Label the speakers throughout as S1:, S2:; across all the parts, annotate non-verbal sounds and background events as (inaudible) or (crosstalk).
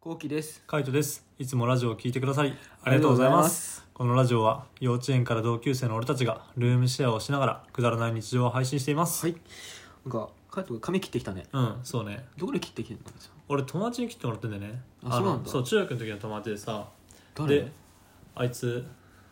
S1: こうきです。
S2: カイトです。いつもラジオを聞いてくださり、ありがとうございます。このラジオは、幼稚園から同級生の俺たちが、ルームシェアをしながら、くだらない日常を配信しています。
S1: はい。なんか、カイトが髪切ってきたね。
S2: うん、そうね。
S1: どこで切ってきてんの
S2: 俺、友達に切ってもらってんだよね。
S1: あ
S2: の
S1: そうなんだ
S2: そう、中学の時の友達でさ、
S1: 誰
S2: で、あいつ、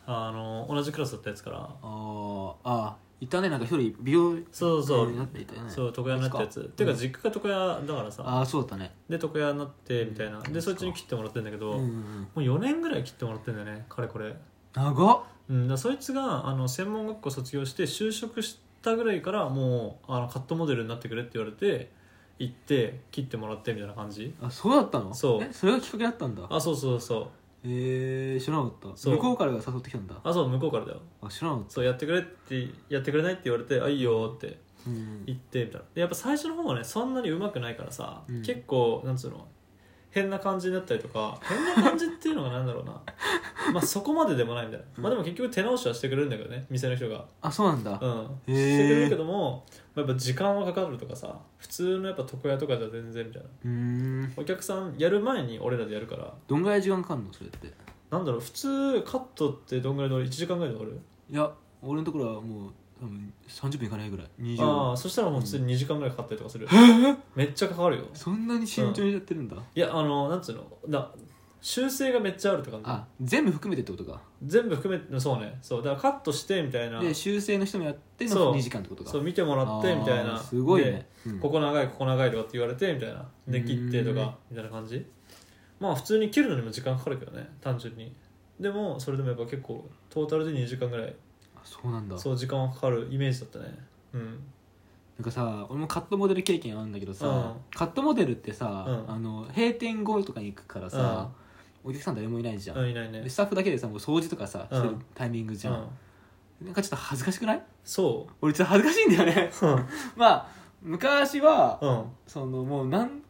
S2: あの、同じクラスだったやつから、
S1: あーあー、いたね、なんか一人、美容
S2: そうそう
S1: になっていたよね。
S2: そう、床屋になったや
S1: あい
S2: つ
S1: つ。か
S2: て
S1: う
S2: か、
S1: ん
S2: 実家が床屋だからさ、
S1: ああ、そうだったね。
S2: で、床屋になって、みたいな。
S1: うん
S2: で、そっちに切ってもらってんだけ
S1: う
S2: ど、
S1: んう
S2: も
S1: ん。
S2: う4年ぐらい切ってもらってんだよね、かれこれ。
S1: 長っ。
S2: うん、だからそいつがあの専門学校卒業して就職したぐらいからもうあのカットモデルになってくれって言われて行って切ってもらってみたいな感じ
S1: あ、そうだったの
S2: そう
S1: え、それがきっかけだったんだ。
S2: あそうそうそう
S1: えー、知らなかった。
S2: そう
S1: 向こうからが誘ってきたんだ。
S2: あそう向こうからだよ
S1: あ、知らなかっ
S2: そうやってくれってやってくれないって言われてあいいよって
S1: た。うん。
S2: 言ってみたいなでやっぱ最初の方はねそんなにうまくないからさ、
S1: うん
S2: 結構なんつうの変な感じになったりとか変な感じっていうのがなんだろうなまあそこまででもないみたいなまあでも結局手直しはしてくれるんだけどね店の人が
S1: あ、そうなんだ。
S2: う
S1: へ
S2: ん、
S1: ー
S2: してくれるけども、まあ、やっぱ時間はかかるとかさ普通のやっぱ床屋とかじゃ全然みたいな
S1: うーん。
S2: お客さんやる前に俺らでやるから
S1: どんぐらい時間かかるのそれって。い
S2: なんだろう普通カットってどんぐらいで終わる1時間ぐらいで終わる
S1: や、俺のところはもう、多分30分いかないぐらい。20
S2: ああそしたらもう普通に2時間ぐらいかかったりとかする、めっちゃかかるよ
S1: そんなに慎重にやってるんだ。
S2: いやあのなんつうのな修正がめっちゃあるって感じ
S1: あ、全部含めてってことか。
S2: 全部含めてそうねそうだからカットしてみたいな
S1: で修正の人もやって
S2: そ
S1: の
S2: う
S1: 2時間ってことか
S2: そう見てもらってみたい
S1: あ
S2: な
S1: ーすごい
S2: で
S1: ね、うん
S2: ここ長いここ長いとかって言われてみたいなで切ってと
S1: うん
S2: かみたいな感じまあ普通に切るのにも時間かかるけどね単純にでもそれでもやっぱ結構トータルで2時間ぐらい
S1: あそうなんだ
S2: そう時間はかかるイメージだったねうん
S1: なんかさ俺もカットモデル経験あるんだけどさ、
S2: うん
S1: カットモデルってさ、
S2: うん
S1: あの閉店後とかに行くからさ、お客さん誰もいないじゃん、
S2: うんいないね
S1: でスタッフだけでさもう掃除とかさ、
S2: うん
S1: してるタイミングじゃ、
S2: うんん
S1: なんかちょっと恥ずかしくない
S2: そ
S1: 俺ちょっと恥ずかしいんだよね
S2: ううん
S1: まあ昔は、
S2: うんうん
S1: そのもう何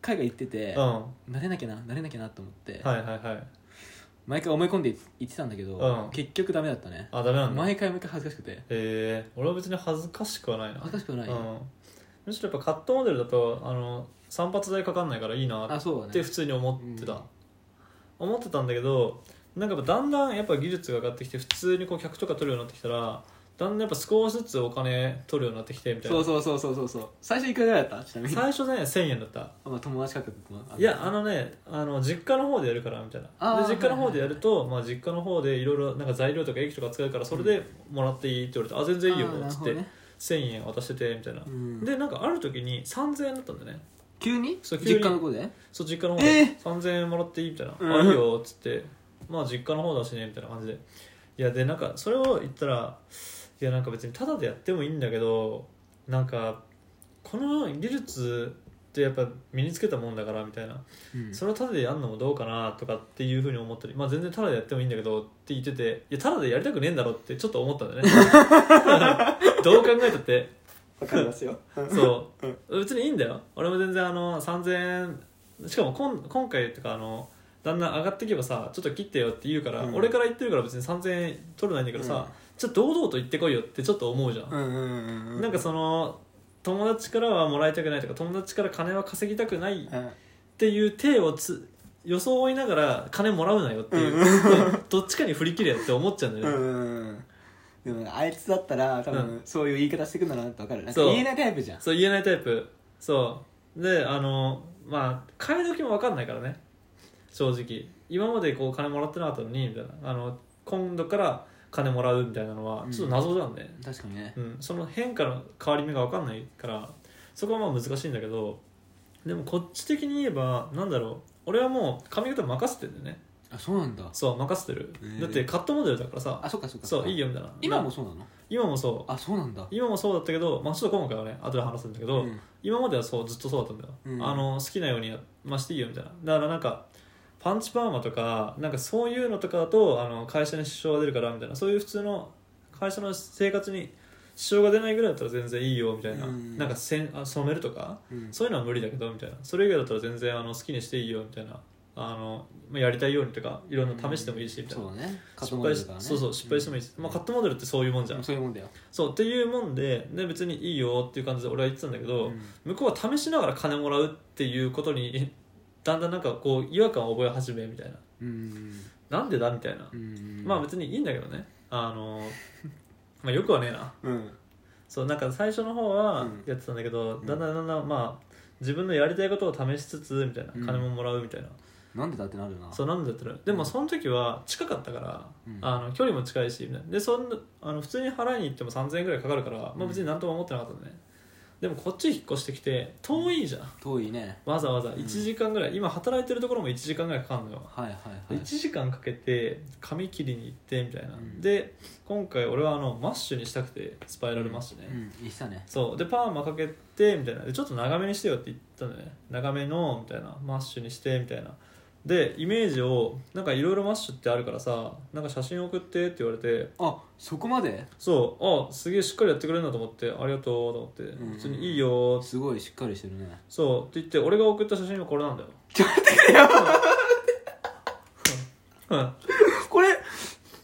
S1: 回か行ってて、
S2: は
S1: 慣れなきゃな慣れなきゃなと思って、
S2: いはいはい
S1: 毎回思い込んで行ってたんだけど、
S2: うん
S1: 結局ダメだったね
S2: あダメなんだへ
S1: 毎回毎回恥ずかしくて
S2: え俺は別に恥ずかしくはないな
S1: 恥ずかしくない、
S2: うんむしろやっぱカットモデルだとあの散髪代かかんないからいいなって
S1: あそうだ
S2: っ
S1: ね
S2: て普通に思ってた、
S1: うん
S2: 思ってたんだけどなんかやっぱだんだんやっぱ技術が上がってきて普通にこう客とか取るようになってきたらだんだんやっぱ少しずつお金取るようになってきてみたい
S1: そう
S2: な
S1: そうそうそうそうそう最初いくらぐらいだったちなみに、
S2: 最初ね1000円だった
S1: まあ、友達価格も
S2: いやあのねあの実家の方でやるからみたい
S1: あ
S2: な
S1: ー
S2: で実家の方でやると、まあ、実家の方でいろいろなんか材料とか液とか使うからそれでもらっていいって言われて「あ全然いいよ」っつっ
S1: あー
S2: て、
S1: なるほどね
S2: 1000円渡しててみたいな、
S1: うん
S2: でなんかある時に3000円だったんだよね
S1: 急に
S2: そう急に
S1: 実家の子で
S2: そう実家の方
S1: え
S2: で
S1: ー
S2: 3000円もらっていいみたいな「
S1: うん
S2: あいいよ」っつって「まあ実家の方だしね」みたいな感じでいやでなんかそれを言ったらいやなんか別にタダでやってもいいんだけどなんかこの技術ってやっぱ身につけたもんだからみたいな、
S1: うん
S2: それをタダでやるのもどうかなとかっていうふうに思ったりまあ全然タダでやってもいいんだけどって言ってていやタダでやりたくねえんだろってちょっと思ったんだよ
S1: (laughs)
S2: ね (laughs) どう考えたって
S1: わかりますよ
S2: そう別にいいんだよ俺も全然あの3000円しかもこん今回とかあのだんだん上がっていけばさちょっと切ってよって言うから、
S1: うん
S2: 俺から言ってるから別に3000円取れないんだけどさ、ちょっと堂々と言ってこいよってちょっと思うじゃ、
S1: うんんうんうんうん
S2: なんかその友達からはもらいたくないとか友達から金は稼ぎたくないっ
S1: うん
S2: ていう体をつ装いながら金もらうなよっていう、どっちかに振り切れよって思っちゃうんだよ
S1: うんう
S2: ね、
S1: んうんでもあいつだったら多
S2: う
S1: 分そういう言い方してくんだなってわかるなんか
S2: そう
S1: 言えないタイプじゃん
S2: そう言えないタイプそうであのまあ買い時も分かんないからね正直今までこう金もらってなかったのにみたいなあの今度から金もらうみたいなのは
S1: うん
S2: ちょっと謎なんで、
S1: 確かにね
S2: うんその変化の変わり目が分かんないからそこはまあ難しいんだけどでもこっち的に言えばなんだろう俺はもう髪型任せてんだよね
S1: あそうなんだ
S2: そう任せてる、
S1: へー
S2: だってカットモデルだからさ
S1: あそっかそっか
S2: そういい
S1: よ
S2: よみたいな
S1: 今も
S2: な
S1: そうなの
S2: 今もそう
S1: あそうなんだ
S2: 今もそうだったけど、まあ、ちょっと今回はね後で話すんだけど、
S1: うん
S2: 今まではそうずっとそうだったんだよ、
S1: うん
S2: あの好きなようにやましていいよみたいなだからなんかパンチパーマとかなんかそういうのとかだとあの会社に支障が出るからみたいなそういう普通の会社の生活に支障が出ないぐらいだったら全然いいよみたいな、
S1: うん
S2: なんかせんあ染めるとか
S1: うん
S2: そういうのは無理だけどみたいなそれ以外だったら全然あの好きにしていいよみたいなあのまあやりたいようにとかいろんな試してもいいしみたいな、
S1: そうだね
S2: 失敗しそうそう失敗してもいいし、まあ、カットモデルってそういうもんじゃん、
S1: うんそういうもんだよ
S2: そうっていうもんでで別にいいよっていう感じで俺は言ってたんだけど、
S1: うん
S2: 向こうは試しながら金もらうっていうことに (laughs) だんだんなんかこう違和感を覚え始めみたいな
S1: うん
S2: なんでだみたいな
S1: うん
S2: まあ別にいいんだけどねあの (laughs) まあよくはねえな
S1: うん
S2: そうなんか最初の方は
S1: うん
S2: やってたんだけど、
S1: ん
S2: だんだんだんだんまあ自分のやりたいことを試しつつみたいな
S1: うん
S2: 金ももらうみたいな、
S1: なんでだってなるよな
S2: そうなんだったらでもその時は近かったから、
S1: うん
S2: あの距離も近いしみたいなでそんなあの普通に払いに行っても3000円ぐらいかかるから、まあ、別になんとも思ってなかったんだね、でもこっち引っ越してきて遠いじゃん
S1: 遠いね
S2: わざわざ1時間ぐらい、今働いてるところも1時間ぐらいかかるのよ、
S1: はいはいはい
S2: 1時間かけて髪切りに行ってみたいな、
S1: うん
S2: で今回俺はあのマッシュにしたくてスパイラルマッシュね、
S1: うんいいしたね
S2: そうでパーマかけてみたいなでちょっと長めにしてよって言ったんだよね長めのみたいなマッシュにしてみたいなでイメージをなんかいろいろマッシュってあるからさなんか写真送ってって言われて
S1: あそこまで
S2: そうあすげえしっかりやってくれるんだと思ってありがとうと思って、
S1: うん
S2: 普通にいいよ
S1: すごいしっかりしてるね
S2: そうって言って俺が送った写真はこれなんだよ
S1: ちょっと待って
S2: うんうん
S1: (laughs) これ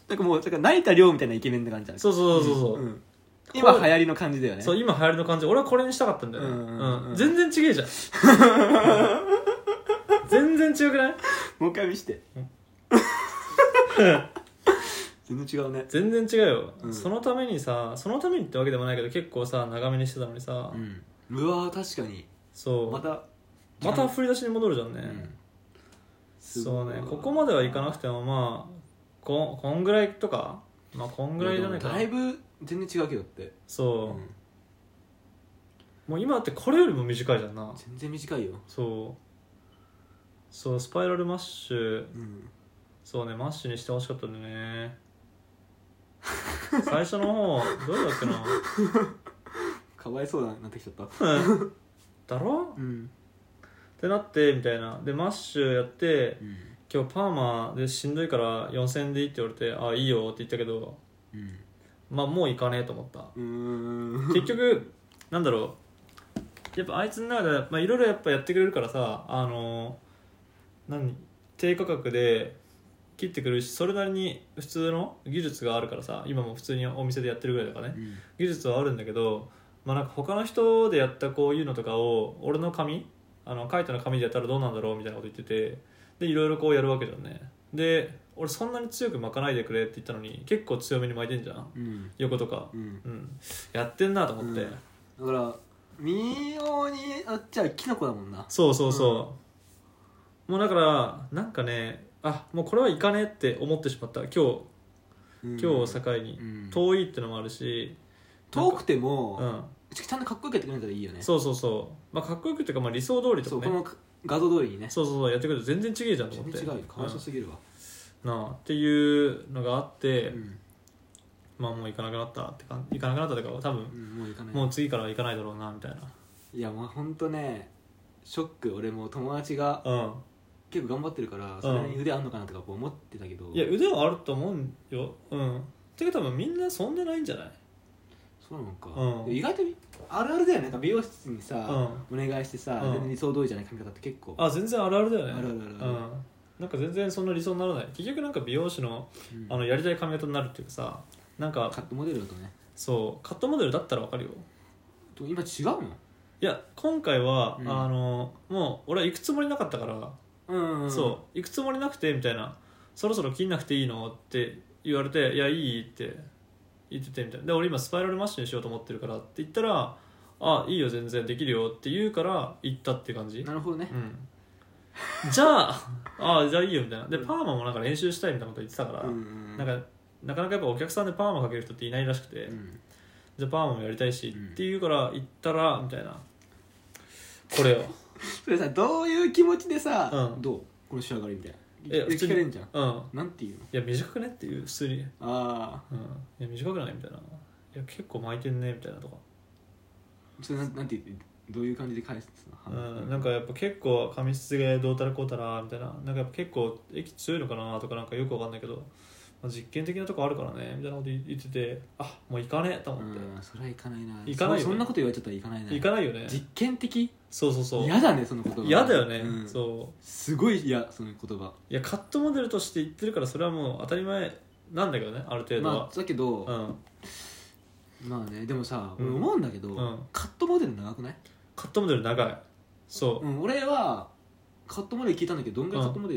S1: なんかもうなんか泣いた量みたいなイケメンって感じだね
S2: そうそうそうそうそう、
S1: ん今流行りの感じだよね
S2: そう今流行りの感じ俺はこれにしたかったんだよね、
S1: うんうんうん
S2: うん全然違えじゃん全然違くない
S1: もう一回見して (laughs) 全然違うね
S2: 全然違うよ、
S1: うん
S2: そのためにさそのためにってわけでもないけど結構さ長めにしてたのにさ、
S1: うんうわー確かに
S2: そう
S1: ま
S2: ま
S1: た
S2: た振り出しに戻るじゃんね、
S1: うんす
S2: そ
S1: ご
S2: う
S1: い
S2: ねここまではいかなくてもまあこんこんぐらいとかまあこんぐらいじゃないかな
S1: だいぶ全然違うけどって
S2: そう、
S1: うん
S2: もう今ってこれよりも短いじゃんな
S1: 全然短いよ
S2: そうそうスパイラルマッシュ
S1: うん
S2: そうねマッシュにしてほしかったんだよ
S1: (laughs)
S2: ね最初の方どうだっけな
S1: かわいそうだなってきちゃった
S2: だろ
S1: うん
S2: ってなってみたいなでマッシュやって
S1: うん
S2: 今日パーマでしんどいから4000円でいいって言われてあいいよって言ったけど
S1: うん
S2: まあもう行かねえと思った
S1: うーん
S2: 結局なんだろうやっぱあいつの中でまあいろいろやっぱやってくれるからさあの何低価格で切ってくれるしそれなりに普通の技術があるからさ今も普通にお店でやってるぐらいだからね
S1: うん
S2: 技術はあるんだけど、まあ、なんか他の人でやったこういうのとかを俺の紙あのカイトの紙でやったらどうなんだろうみたいなこと言っててでいろいろこうやるわけじゃんねで俺そんなに強く巻かないでくれって言ったのに結構強めに巻いてんじゃん
S1: うん
S2: 横とか
S1: うん
S2: うんやってんなと思って、
S1: うんだから微妙にあっちゃキノコだもんな
S2: そうそうそう、もうだからなんかねあもうこれはいかねえって思ってしまった今日
S1: 今
S2: 今日を境に、
S1: うん
S2: 遠いってのもあるし
S1: 遠くて
S2: う
S1: も
S2: ん
S1: ちゃんとかっこよくやってくれたらいいよね
S2: そうそうそう、まあ、かっこよくっていうか、まあ、理想通り
S1: そ
S2: と
S1: う
S2: か
S1: こ
S2: ね
S1: の画像通りにね
S2: そうそうそうやってくると全然違えじゃんと思っ
S1: 全
S2: て
S1: 然違うよかわいそうすぎるわ
S2: うんなあっていうのがあって、
S1: うん
S2: まあもう行かなくなったってか行かなくなったとか多
S1: う
S2: 分、
S1: んもう行かない
S2: もう次からは行かないだろうなみたいない
S1: やまあほんとねショック俺も友達が
S2: うん
S1: 結構頑張ってるからそれに腕あんのかなとかこう思ってたけど
S2: いや腕はあると思うんようんてか多分みんなそんなないんじゃない
S1: そうなのか
S2: うん
S1: 意外とあるあるだよねなんか美容室に
S2: う
S1: さ
S2: ん
S1: お願いしてさ
S2: うん
S1: 全然理想通りじゃない髪型って結構
S2: あ全然あるあるだよね
S1: あるあるあるある
S2: うん、なんか全然そんな理想にならない結局なんか美容師の
S1: うん
S2: あのやりたい髪型になるっていうかさなん
S1: カッ
S2: か
S1: トモデルだとね
S2: そうカットモデルだったらわかるよ
S1: でも今違うの
S2: いや今回は、
S1: うん
S2: あのもう俺は行くつもりなかったから、
S1: うん
S2: そう行くつもりなくてみたいなそろそろ切んなくていいのって言われていやいいって言っててみたいなで俺今スパイラルマッシュにしようと思ってるからって言ったらあいいよ全然できるよって言うから行ったって感じ
S1: なるほどね
S2: うん、じゃあああじゃあいいよみたいなでパーマもなんか練習したいみたいなこと言ってたから、
S1: うん
S2: なんかなかなかやっぱお客さんでパーマかける人っていないらしくて、
S1: うん
S2: じゃあパーマもやりたいし、
S1: うん
S2: って言うから行ったらみたいなこれよ
S1: それさどういう気持ちでさ
S2: うん
S1: どうこの仕上がりみたいな
S2: え
S1: え聞かれんじゃん
S2: うん
S1: なんていうの
S2: いや短くねっていう普通に、
S1: あ
S2: うん、いや短くないみたいないや結構巻いてんねみたいなとか、
S1: あそれなんなんて言ってどういう感じで返す
S2: う
S1: の
S2: ん、なんかやっぱ結構髪質がどうたらこうたらみたいななんかやっぱ結構液強いのかなとかなんかよくわかんないけど、まあ、実験的なとこあるからねみたいなこと言っててあもう行かねえと
S1: う
S2: 思って、
S1: んそれはいかないな
S2: 行かないよね
S1: そそんなこと言われちゃったらいかないな
S2: 行かないよね
S1: 実験的
S2: そうそうそう
S1: 嫌だねその言葉
S2: 嫌だよね、
S1: うん
S2: そう
S1: すごい嫌その言葉
S2: いやカットモデルとして言ってるからそれはもう当たり前なんだけどねある程度は
S1: ま、あだけど
S2: うん、
S1: まあねでもさ
S2: うん
S1: 俺思うんだけど
S2: うん
S1: カットモデル長くない
S2: カットモデル長いそう、
S1: うん俺はカットまで聞いたんだけどどんぐらいカットまで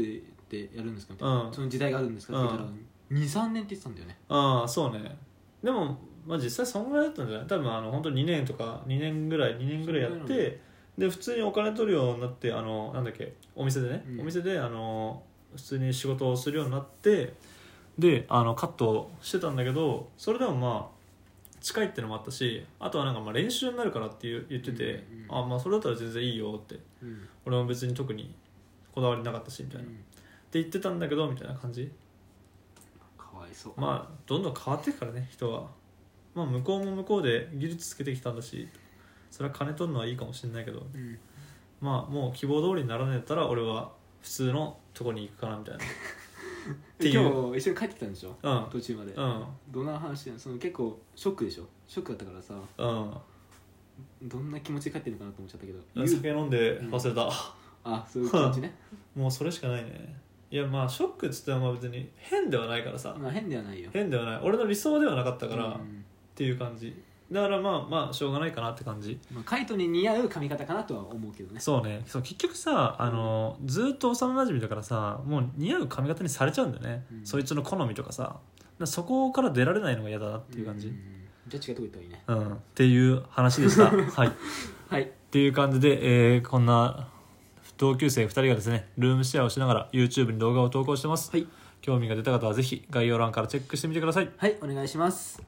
S1: でやるんですかみたいな、
S2: うん
S1: その時代があるんですかって聞いたら、
S2: う
S1: 23年って言ってたんだよね
S2: ああそうねでも、まあ、実際そんぐらいだったんじゃない多分あの本当2年とか2年ぐらい2年ぐらいやっ
S1: そんぐらい
S2: てで普通にお金取るようになってあのなんだっけお店でね、
S1: うん
S2: お店であの普通に仕事をするようになってであのカットしてたんだけどそれでもまあ近いってのもあったしあとはなんかまあ練習になるからって言う言ってて、
S1: うんうん
S2: あまあそれだったら全然いいよって
S1: うん
S2: 俺も別に特にこだわりなかったしみたいな、って言ってたんだけどみたいな感じ
S1: かわいそう、
S2: まあどんどん変わっていくからね人は、まあ、向こうも向こうで技術つけてきたんだしそれは金取るのはいいかもしれないけど
S1: うん
S2: まあもう希望通りにならねえったら俺は普通のとこに行くかな
S1: (laughs)
S2: みたいて
S1: で
S2: いう
S1: 今日一緒に帰ってきたんでしょ
S2: な
S1: 途中まで、
S2: うんうん
S1: どんな話なのその結構ショックでしょショックだったからさ
S2: うん
S1: どんな気持ちで帰ってるのかなと思っちゃったけど
S2: うん酒飲んで
S1: うん
S2: 忘れた、
S1: あそういう気持ちね
S2: もうそれしかないねいやまあショックっつってもまあ別に変ではないからさ
S1: まあ変ではないよ
S2: 変ではない俺の理想ではなかったから、
S1: う
S2: っ
S1: ん
S2: ていう感じだからまあまあしょうがないかなって感じ
S1: まあ、カイトに似合う髪型かなとは思うけどね
S2: そうねそう結局さあの、ずっと幼馴染だからさもう似合う髪型にされちゃうんだよね、
S1: うん
S2: そいつの好みとかさだからそこから出られないのが嫌だなっていう感じ、うん
S1: んじゃあ違うとこ行った方がいいね
S2: っていう話でした
S1: (laughs)
S2: はいっ
S1: はい
S2: ていう感じで、えーこんな同級生2人がですねルームシェアをしながら YouTube に動画を投稿してます、
S1: はい
S2: 興味が出た方はぜひ概要欄からチェックしてみてください
S1: はいお願いします